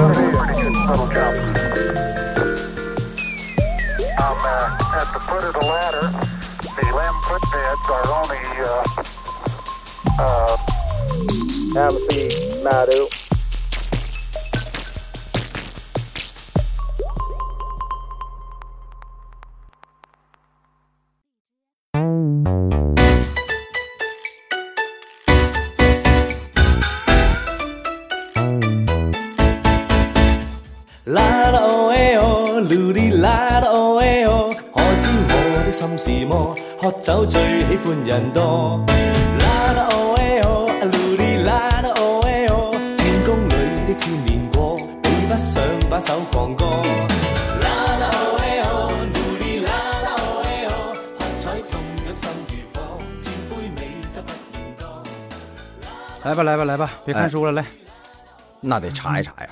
uh, quit bids are only, uh, uh, Amity Madu. 啦啦哦哎哦，嚕哩啦啦哦哎哦，可知我的心是魔，喝酒最喜歡人多。啦啦哦哎哦，啊嚕哩啦啦哦哎哦，天宮裏的千年果，比不上把酒狂歌。啦啦哦哎哦，嚕哩啦啦哦哎哦，喝彩中享心如火，千杯美酒不嫌多。来吧，来吧，来吧，别看书了，来，哎那得查一查呀。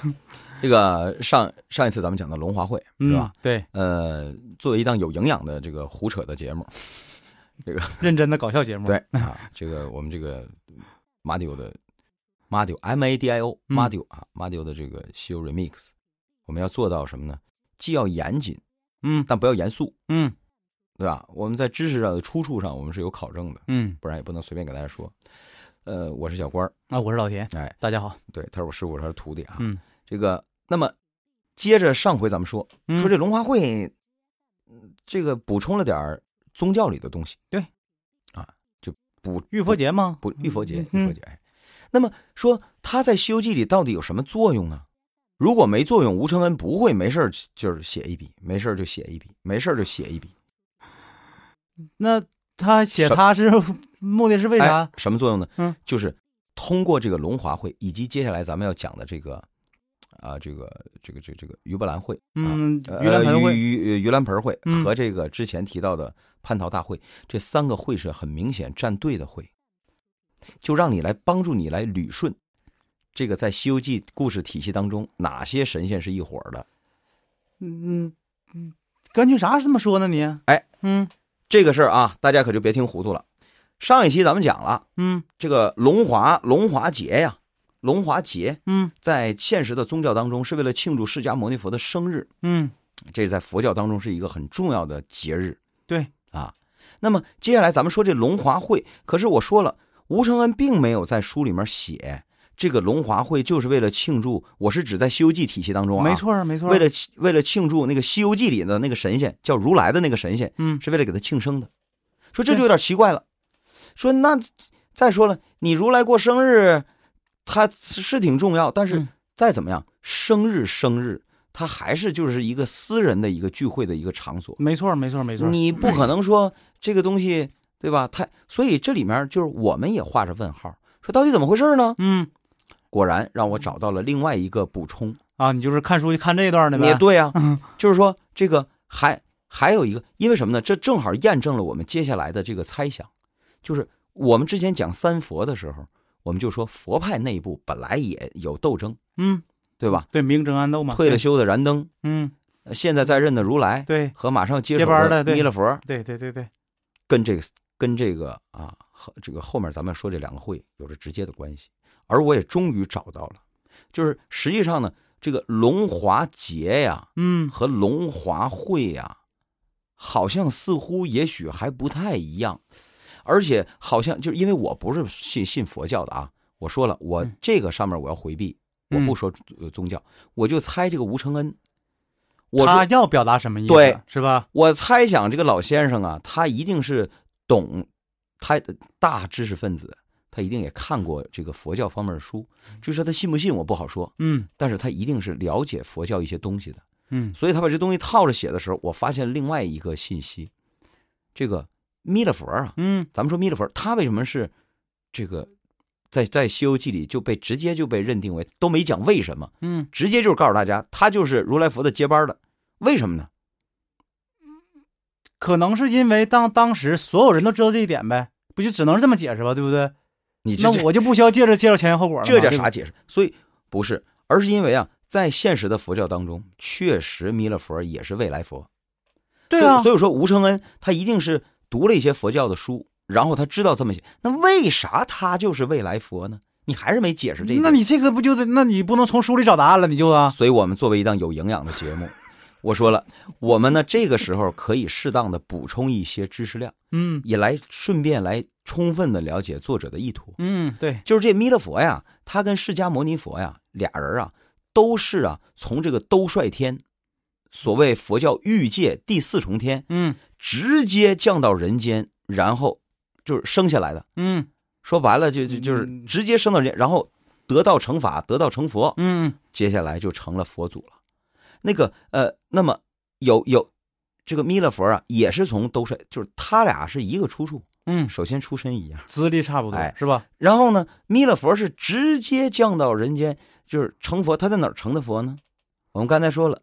这个上上一次咱们讲的龙华会是吧？对，呃，作为一档有营养的这个胡扯的节目，这个认真的搞笑节目，对，啊，这个我们这个马迪欧的马迪欧 M A D I O 嗯马迪欧啊马迪欧的这个西游 Remix，我们要做到什么呢？既要严谨，嗯但不要严肃，嗯对吧？我们在知识上的出处上，我们是有考证的，嗯，不然也不能随便给大家说。呃，我是小官儿，啊，我是老田，哎，大家好，对，他是我师傅，他是徒弟啊。嗯，这个，那么接着上回咱们说，嗯说这龙华会，嗯这个补充了点儿宗教里的东西。对，啊，就补玉佛节吗？补玉佛节，嗯玉佛节。哎那么说他在《西游记》里到底有什么作用呢？如果没作用，吴承恩不会没事儿就是写一笔，没事儿就写一笔，没事儿就写一笔。那他写什他是 目的是为啥哎？什么作用呢？嗯，就是通过这个龙华会，以及接下来咱们要讲的这个，啊、这个这个这个这个于波兰会，啊嗯，呃盂兰盆会，盂盂盂兰盆会嗯和这个之前提到的蟠桃大会，这三个会是很明显站队的会，就让你来帮助你来捋顺这个在《西游记》故事体系当中哪些神仙是一伙儿的。嗯嗯嗯，根据啥这么说呢？你，哎，嗯这个事儿啊，大家可就别听糊涂了。上一期咱们讲了嗯这个龙华龙华节呀、龙华节嗯在现实的宗教当中，是为了庆祝释迦牟尼佛的生日，嗯，这在佛教当中是一个很重要的节日对，啊。那么接下来咱们说这龙华会，可是我说了，吴承恩并没有在书里面写这个龙华会就是为了庆祝，我是指在《西游记》体系当中啊，没，错儿没错儿，为了为了庆祝那个《西游记》里的那个神仙叫如来的那个神仙，嗯是为了给他庆生的。说这对就有点奇怪了，说那再说了，你如来过生日，他是是挺重要，但是嗯再怎么样，生日生日，他还是就是一个私人的一个聚会的一个场所，没错儿没错儿没错儿，嗯你不可能说这个东西对吧？太所以这里面就是我们也画着问号，说到底怎么回事呢？嗯果然让我找到了另外一个补充，啊，你就是看书就看这段儿呢也呗，对呀、嗯就是说这个还还有一个，因为什么呢？这正好验证了我们接下来的这个猜想，就是我们之前讲三佛的时候，我们就说佛派内部本来也有斗争，嗯，对吧？对，明争暗嗯斗嘛，退了对休的燃灯，嗯呃现在在任的如来对和马上接接手班的对弥勒佛，对对对对，跟这个跟这个啊和这个后面咱们说这两个会有着直接的关系。而我也终于找到了，就是实际上呢，这个龙华节呀、嗯和龙华会呀、好像似乎也许还不太一样，而且好像就是因为我不是信信佛教的啊，我说了，我嗯这个上面我要回避，嗯我不说呃宗教，我就猜这个吴承恩，我他说要表达什么意思？对，是吧？我猜想这个老先生啊，他一定是懂，他大知识分子，他一定也看过这个佛教方面的书，至于说他信不信我不好说，嗯但是他一定是了解佛教一些东西的。嗯所以他把这东西套着写的时候，我发现另外一个信息，这个弥勒佛啊，嗯，咱们说弥勒佛，他为什么是这个在在《西游记》里就被直接就被认定为都没讲为什么，嗯，直接就是告诉大家他就是如来佛的接班的，为什么呢？可能是因为当当时所有人都知道这一点呗，不就只能这么解释吧，对不对？你这那我就不需要介绍介绍前因后果了嘛， 这叫对吧啥？解释？所以不是，而是因为啊，在现实的佛教当中，确实弥勒佛也是未来佛，对啊所以，所以说吴承恩他一定是读了一些佛教的书，然后他知道这么写。那为啥他就是未来佛呢？你还是没解释这一点。那你这个不就得？那你不能从书里找答案了，你就啊，所以我们作为一档有营养的节目， 我说了，我们呢这个时候可以适当的补充一些知识量，嗯也来顺便来充分的了解作者的意图。嗯，对，就是这弥勒佛呀，他跟释迦牟尼佛呀俩人啊，都是啊从这个兜率天，所谓佛教欲界第四重天，嗯直接降到人间，然后就是生下来的。嗯说白了就就就是嗯直接升到人间，然后得到成法，得到成佛，嗯接下来就成了佛祖了。那个呃，那么有有这个弥勒佛啊，也是从兜率，就是他俩是一个出处，嗯，首先出身一样，资历差不多哎是吧？然后呢，弥勒佛是直接降到人间，就是成佛。他在哪儿成的佛呢？我们刚才说了，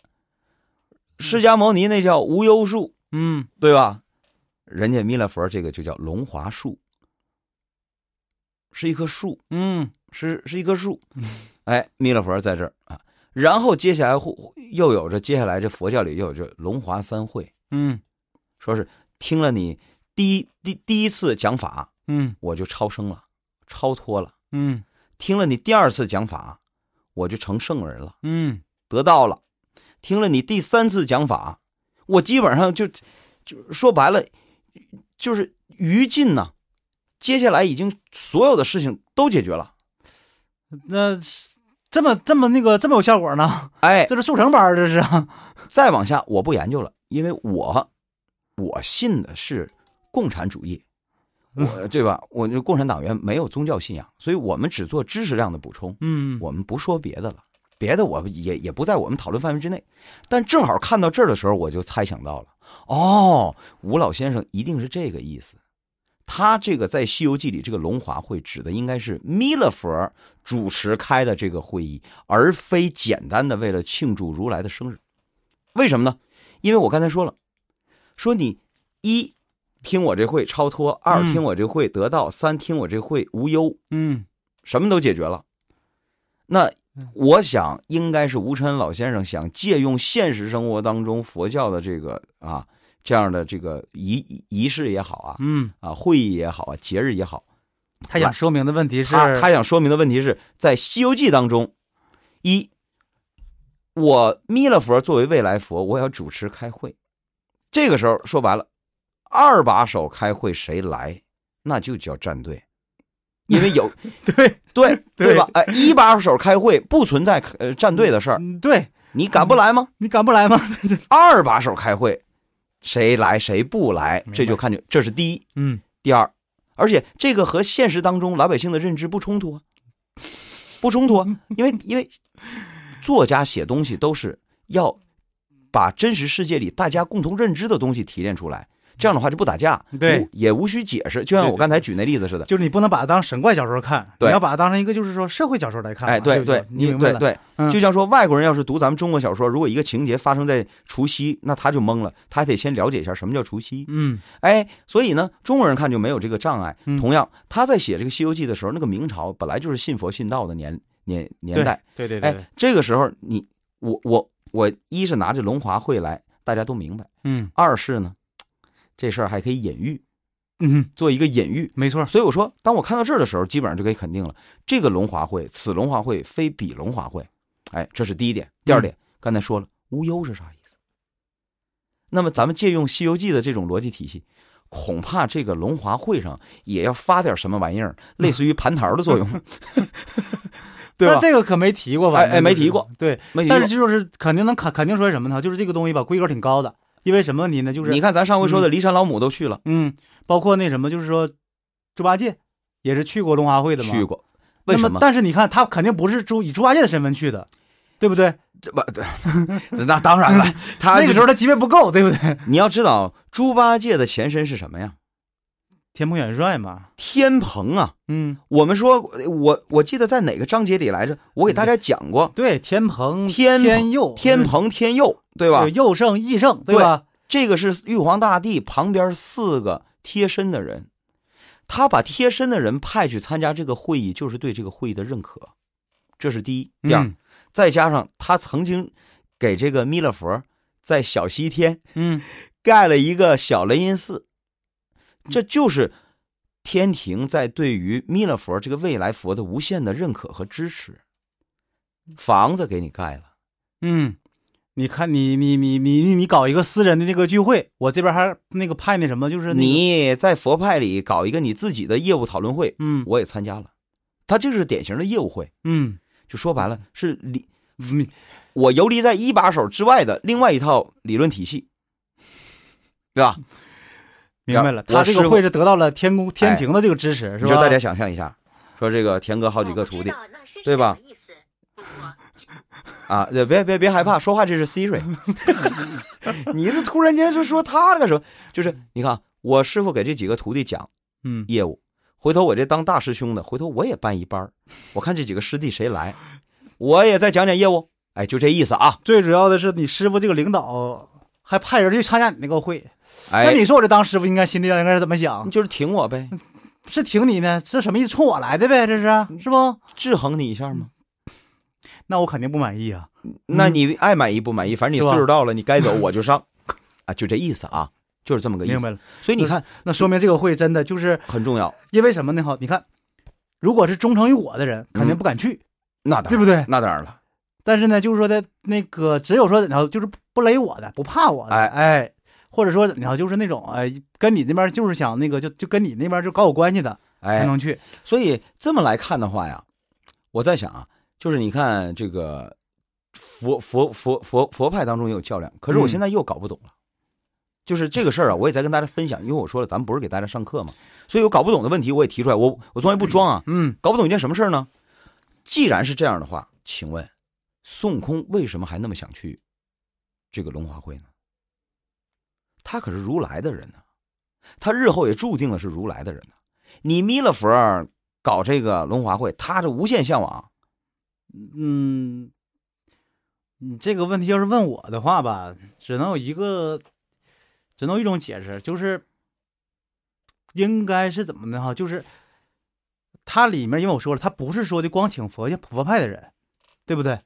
释迦牟尼那叫无忧树，嗯，对吧？人家弥勒佛这个就叫龙华树，是一棵树，嗯是是一棵树。哎，弥勒佛在这儿啊。然后接下来忽又有着接下来这佛教里又有这龙华三会，嗯说是听了你第一第第一次讲法，嗯我就超生了，超脱了；嗯听了你第二次讲法，我就成圣人了，嗯得道了；听了你第三次讲法，我基本上就就说白了，就是于尽呐、接下来已经所有的事情都解决了。嗯，那是这么这么那个这么有效果呢？哎，这是速成班儿，这是。啊再往下我不研究了，因为我我信的是共产主义，我对吧？我就共产党员没有宗教信仰，所以我们只做知识量的补充，嗯，我们不说别的了，别的我也也不在我们讨论范围之内。但正好看到这儿的时候，我就猜想到了，哦，吴老先生一定是这个意思。他这个在《西游记》里，这个龙华会指的应该是弥勒佛主持开的这个会议，而非简单的为了庆祝如来的生日。为什么呢？因为我刚才说了，说你一听我这会超脱，二嗯听我这会得道，三听我这会无忧，嗯什么都解决了。那嗯我想应该是吴承恩老先生想借用现实生活当中佛教的这个啊这样的这个仪仪式也好啊嗯，啊会议也好啊节日也好，他想说明的问题是，他他想说明的问题是在《西游记》当中，一，我弥勒佛作为未来佛，我要主持开会。这个时候说白了，二把手开会谁来，那就叫站队，因为有 对对对吧？哎，一把手开会不存在呃站队的事儿，嗯对你敢不来吗？你敢不来吗？嗯二把手开会，谁来谁不来，白这就看见这是第一。嗯第二，而且这个和现实当中老百姓的认知不冲突啊，不冲突啊，因为因为作家写东西都是要把真实世界里大家共同认知的东西提炼出来，这样的话就不打架，嗯对无，也无需解释。就像对我对刚才举那例子似的，就是你不能把它当神怪小说看，对你要把它当成一个就是说社会小说来看嘛。哎，对不对对，，你你明白对了？对嗯，就像说外国人要是读咱们中国小说，如果一个情节发生在除夕，那他就懵了，他还得先了解一下什么叫除夕。嗯哎，所以呢，中国人看就没有这个障碍。嗯同样，他在写这个《西游记》的时候，那个明朝本来就是信佛信道的年年年代。，对对对对，哎，这个时候你我我我一是拿着龙华会来，大家都明白；嗯二是呢，这事儿还可以隐喻，嗯，做一个隐喻。没错，所以我说，当我看到这儿的时候，基本上就可以肯定了，这个龙华会，此龙华会非彼龙华会。哎，这是第一点。第嗯二点，刚才说了，无忧是啥意思？那么咱们借用《西游记》的这种逻辑体系，恐怕这个龙华会上也要发点什么玩意儿，类似于蟠桃的作用， 对吧但？这个可没提过吧？哎哎没提过。对，没提但过是这就是肯定能肯肯定说什么呢？就是这个东西吧，规格挺高的，因为什么问题呢？就是你看，咱上回说的骊山老母都去了，嗯，包括那什么，就是说猪八戒也是去过龙华会的嘛。去过，那为么什么？但是你看，他肯定不是猪以猪八戒的身份去的，对不对？不，那当然了，他那个时候他级别不够，对不对？ 你要知道，猪八戒的前身是什么呀？天蓬元帅嘛，天蓬啊。嗯，我们说，我我记得在哪个章节里来着？我给大家讲过，对，天蓬、天天佑、嗯天蓬天佑，对吧对？佑圣、义圣，对吧？这个是玉皇大帝旁边四个贴身的人，他把贴身的人派去参加这个会议，就是对这个会议的认可，这是第一。第二，嗯再加上他曾经给这个弥勒佛在小西天嗯，盖了一个小雷音寺，嗯这就是天庭在对于弥勒佛这个未来佛的无限的认可和支持。房子给你盖了，嗯，你看你你你你你你搞一个私人的那个聚会，我这边还那个派那什么，就是、那个、你在佛派里搞一个你自己的业务讨论会，嗯我也参加了。他这是典型的业务会，嗯就说白了是离嗯我游离在一把手之外的另外一套理论体系，对吧？嗯明白了，我他这师个傅会是得到了天宫天庭的这个支持，是你吧？啊就大家想象一下，说这个田哥好好几几个个徒徒弟弟，对对吧吧？啊，呃别别别害怕，说话这是 Siri。你这突然间就说他干什么？就是你看啊，我师傅给这几个徒弟讲嗯，业务，回头我这当大师兄的，回头我也办一班儿我看这几个师弟谁来，我也再讲讲业务。哎，就这意思啊。最主要的是你师傅这个领导还派人去参加你那个会，那哎，你说我这当师傅应该心里应该是怎么想你？就是挺我呗，是挺你呢？这什么意思？冲我来的呗，这是是不？制衡你一下嘛。那我肯定不满意啊。那你爱满意不满意，反正你是吧岁数到了，你该走我就上，啊，就这意思啊，就是这么个意明思。白了，所以你看那说明这个会真的就是很重要，因为什么呢？哈，你看，如果是忠诚于我的人，肯定嗯不敢去，那当对然，不对？那当然了。但是呢，就是说的那个，只有说怎么着，就是不勒我的，不怕我的，哎哎或者说怎么着，就是那种哎，跟你那边就是想那个，就就跟你那边就搞有关系的才哎，能去。所以这么来看的话呀，我在想啊，就是你看这个佛佛佛佛佛派当中也有较量，可是我嗯现在又搞不懂了。就是这个事儿啊，我也在跟大家分享，因为我说了，咱们不是给大家上课嘛，所以我搞不懂的问题我也提出来，我我从来不装啊。嗯，搞不懂一件什么事儿呢？既然是这样的话，请问孙悟空为什么还那么想去这个龙华会呢？他可是如来的人呢、他日后也注定了是如来的人呢、你弥勒佛儿搞这个龙华会，他是无限向往。嗯，你这个问题要是问我的话吧，只能有一个，只能有一种解释，就是应该是怎么的哈，就是它里面，因为我说了，他不是说的光请佛教佛派的人，对不对？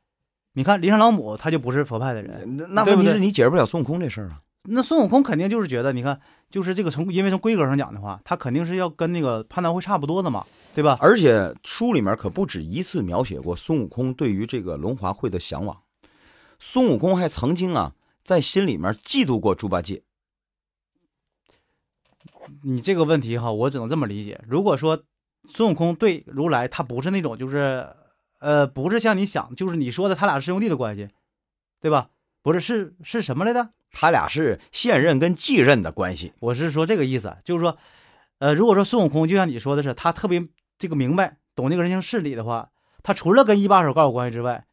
你看林山老母，他就不是佛派的人，那那对不问题对是你解释不了孙悟空这事儿啊。那孙悟空肯定就是觉得，你看，就是这个从因为从规格上讲的话，他肯定是要跟那个蟠桃会差不多的嘛，对吧？而且书里面可不止一次描写过孙悟空对于这个龙华会的向往。孙悟空还曾经啊，在心里面嫉妒过猪八戒。你这个问题哈，我只能这么理解。如果说孙悟空对如来，他不是那种就是，呃，不是像你想，就是你说的他俩师兄弟的关系，对吧？不是是是什么来着？他俩是现任跟继任的关系。我是说这个意思，啊就是说，呃，如果说孙悟空就像你说的是，他特别这个明白懂这个人情事理的话，他除了跟一把手搞好关系之外，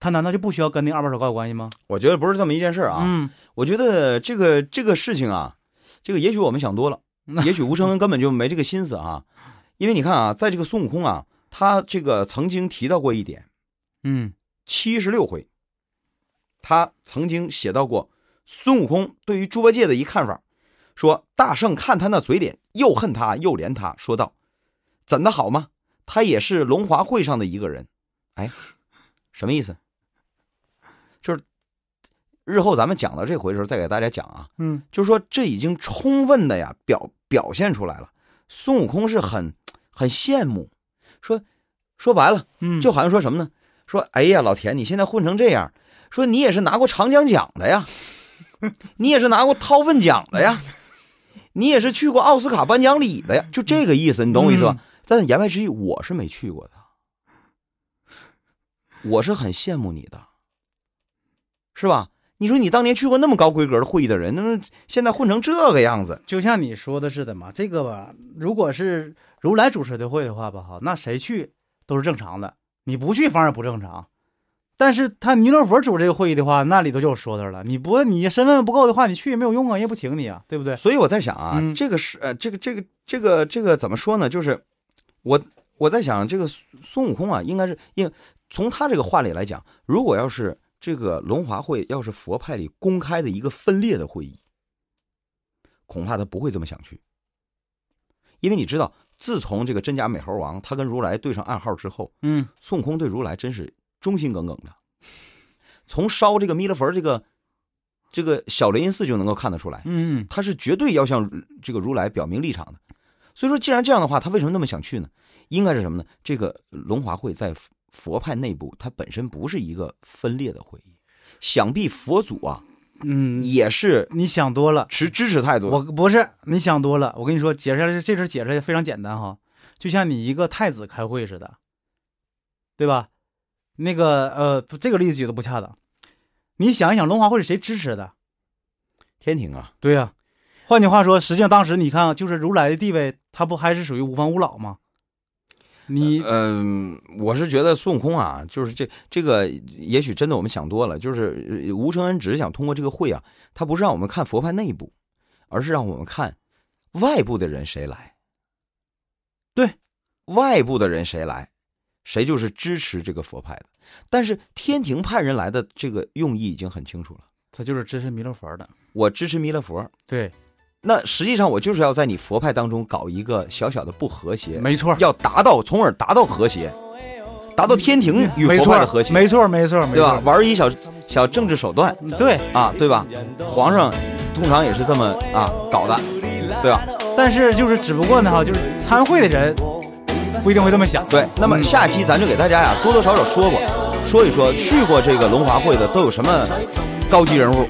他难道就不需要跟那二把手搞好关系吗？我觉得不是这么一件事儿啊。嗯。我觉得这个这个事情啊，这个也许我们想多了，也许吴承恩根本就没这个心思啊。因为你看啊，在这个孙悟空啊，他这个曾经提到过一点，嗯七十六回，他曾经写到过孙悟空对于猪八戒的一看法，说大圣看他那嘴脸，又恨他又怜他，说道：“怎的好吗？他也是龙华会上的一个人。”哎，什么意思？就是日后咱们讲到这回的时候再给大家讲啊，嗯就是说这已经充分的呀表表现出来了。孙悟空是很很羡慕，说说白了。嗯，就好像说什么呢？说哎呀，老田，你现在混成这样，说你也是拿过长江奖的呀， 你也是拿过掏粪奖的呀，你也是去过奥斯卡颁奖礼的呀，就这个意思，你懂我意思吧？但是言外之意，我是没去过的，我是很羡慕你的，是吧？你说你当年去过那么高规格的会议的人，那么现在混成这个样子，就像你说的似的嘛，这个吧，如果是如来主持的会的话吧，哈，那谁去都是正常的，你不去反而不正常。但是他弥勒佛主持这个会议的话，那里头就有说头了。你不，你身份不够的话，你去也没有用啊，人也不请你啊，对不对？所以我在想啊，嗯这个是呃，这个这个这个这个怎么说呢？就是我我在想，这个孙孙悟空啊，应该是因为从他这个话里来讲，如果要是这个龙华会要是佛派里公开的一个分裂的会议，恐怕他不会这么想去，因为你知道，自从这个真假美猴王他跟如来对上暗号之后，嗯孙悟空对如来真是忠心耿耿的。从烧这个弥勒佛这个这个小雷音寺就能够看得出来，嗯，他是绝对要向如这个如来表明立场的。所以说，既然这样的话，他为什么那么想去呢？应该是什么呢？这个龙华会在佛佛派内部，它本身不是一个分裂的会议，想必佛祖啊嗯，也是你想多了。持支持态度的。我不是你想多了，我跟你说，解释下来这事儿解释也非常简单哈，就像你一个太子开会似的，对吧？那个呃，不这个例子举的不恰当。你想一想，龙华会是谁支持的？天庭啊，对呀、换句话说，实际上当时你看啊，就是如来的地位，他不还是属于无方无老吗？你、嗯、我是觉得孙悟空啊，就是这这个，也许真的我们想多了。就是呃吴承恩只是想通过这个会啊，他不是让我们看佛派内部，而是让我们看外部的人谁来。对，外部的人谁来，谁就是支持这个佛派的。但是天庭派人来的这个用意已经很清楚了，他就是支持弥勒佛的，我支持弥勒佛，对，那实际上我就是要在你佛派当中搞一个小小的不和谐，没错儿，要达到，从而达到和谐，达到天庭与没佛错派儿的和谐，没错儿，没错儿，没对错吧儿？？玩一小小政治手段对，啊，对吧？皇上通常也是这么啊搞的，对吧？但是就是只不过呢哈，就是参会的人不一定会这么想。对，那嗯么下期咱就给大家呀多多少少说过，说一说去过这个龙华会的都有什么高级人物，